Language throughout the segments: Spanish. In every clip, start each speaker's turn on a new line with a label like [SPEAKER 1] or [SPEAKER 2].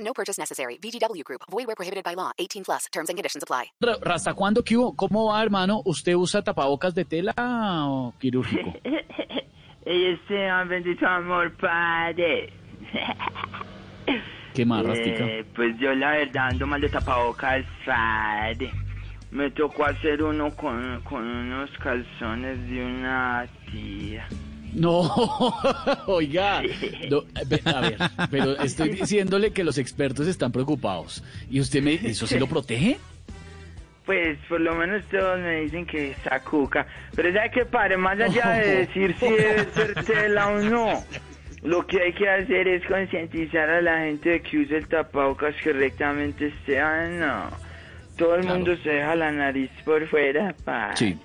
[SPEAKER 1] No purchase necessary. VGW Group. Void where prohibited by law. 18 plus. Terms and conditions apply.
[SPEAKER 2] ¿Hasta cuándo, qué hubo? ¿Cómo va, hermano? ¿Usted usa tapabocas de tela o quirúrgico?
[SPEAKER 3] Ellos sean bendito amor, padre.
[SPEAKER 2] ¿Qué más, Rastica?
[SPEAKER 3] Eh, pues yo la verdad ando mal de tapabocas, padre. Me tocó hacer uno con, con unos calzones de una tía.
[SPEAKER 2] No, oiga, no, eh, ve- a ver, pero estoy diciéndole que los expertos están preocupados. ¿Y usted me, eso sí lo protege?
[SPEAKER 3] Pues por lo menos todos me dicen que es sacuca. Pero ¿sabe qué, padre? Más allá de decir si es ser tela o no, lo que hay que hacer es concientizar a la gente de que use el tapabocas correctamente este año. Todo el
[SPEAKER 2] Claro.
[SPEAKER 3] mundo se deja la nariz por fuera, padre.
[SPEAKER 2] Sí.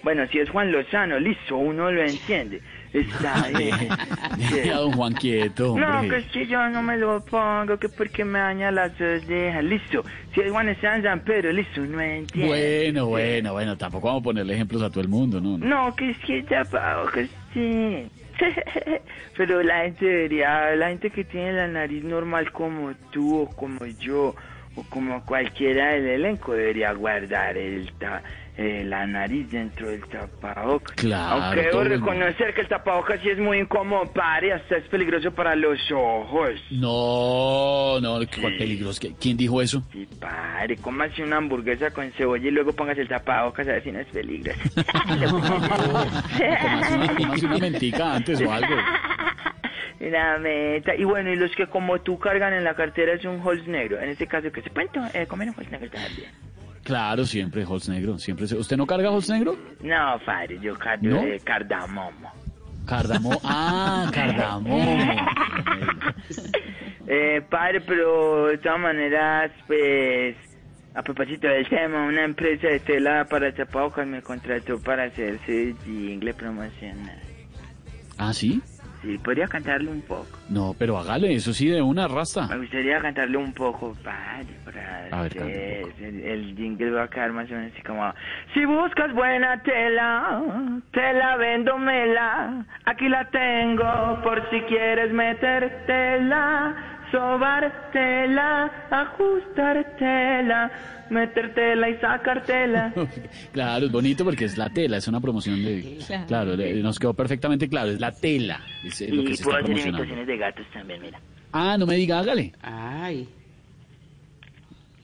[SPEAKER 3] Bueno, si es Juan Lozano, listo, uno lo entiende. Está bien.
[SPEAKER 2] Ya, don Juan, quieto,
[SPEAKER 3] No, pues, que
[SPEAKER 2] hombre.
[SPEAKER 3] es que yo no me lo pongo, que porque me daña las orejas. Listo. Si es Juan Esteban Pedro, listo, no entiendo.
[SPEAKER 2] Bueno, bueno, bueno, tampoco vamos a ponerle ejemplos a todo el mundo, ¿no? no.
[SPEAKER 3] No, que es que tapabocas, sí. Pero la gente debería, la gente que tiene la nariz normal como tú o como yo o como cualquiera del elenco debería guardar el ta- eh, la nariz dentro del tapabocas.
[SPEAKER 2] Claro,
[SPEAKER 3] Aunque debo
[SPEAKER 2] todo el mundo.
[SPEAKER 3] reconocer que el tapabocas sí es muy incómodo, padre, hasta es peligroso para los ojos.
[SPEAKER 2] No, no, cuál peligros. ¿Quién dijo eso?
[SPEAKER 3] Sí, padre, cómase una hamburguesa con cebolla y luego póngase el tapabocas a ver si no es peligroso.
[SPEAKER 2] Tomás una, tómase una mentica antes o algo.
[SPEAKER 3] La meta. Y bueno, y los que como tú cargan en la cartera es un Halls negro. En este caso, que se pueden to- eh, comer un Halls negro también.
[SPEAKER 2] Claro, siempre, Holz Negro, siempre. se- ¿Usted no carga Holz Negro?
[SPEAKER 3] No, padre, yo cargo
[SPEAKER 2] ¿No?
[SPEAKER 3] de cardamomo.
[SPEAKER 2] Cardamomo. Ah, cardamomo.
[SPEAKER 3] Eh, padre, pero de todas maneras, pues, a propósito del tema, una empresa de tela para tapabocas me contrató para hacerse jingle promocional.
[SPEAKER 2] ¿Ah, sí?
[SPEAKER 3] Sí, podría cantarle un poco.
[SPEAKER 2] No, pero hágale, eso sí, de una rasta.
[SPEAKER 3] Me gustaría cantarle un poco, padre, para
[SPEAKER 2] A ver,
[SPEAKER 3] que
[SPEAKER 2] cante un
[SPEAKER 3] el, el jingle va a quedar más o menos así como... Si buscas buena tela, te la vendo, mela. Aquí la tengo por si quieres metértela, sobartela, ajustártela, metértela y sacártela.
[SPEAKER 2] Claro, es bonito porque es la tela, es una promoción de... Claro, le- nos quedó perfectamente claro, es la tela, es eh, lo que
[SPEAKER 3] y
[SPEAKER 2] se
[SPEAKER 3] puedo
[SPEAKER 2] está
[SPEAKER 3] hacer
[SPEAKER 2] promocionando.
[SPEAKER 3] imitaciones de gatos también, mira.
[SPEAKER 2] Ah, no me diga, hágale.
[SPEAKER 4] Ay.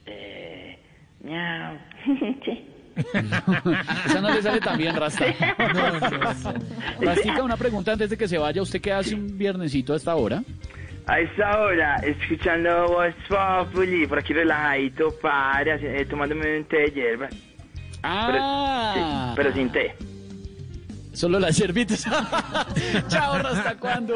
[SPEAKER 3] Eh, miau.
[SPEAKER 2] Esa no le sale tan bien, Rasta. Rastica, una pregunta antes de que se vaya. ¿Usted qué hace un viernesito a esta hora?
[SPEAKER 3] A esta hora, escuchando Voz Populi, por aquí relajadito, padre, así, eh, tomándome un té de hierba. Pero,
[SPEAKER 2] Ah,
[SPEAKER 3] sí, pero sin té.
[SPEAKER 2] solo las hierbitas. Chao, Rasta, ¿cuándo?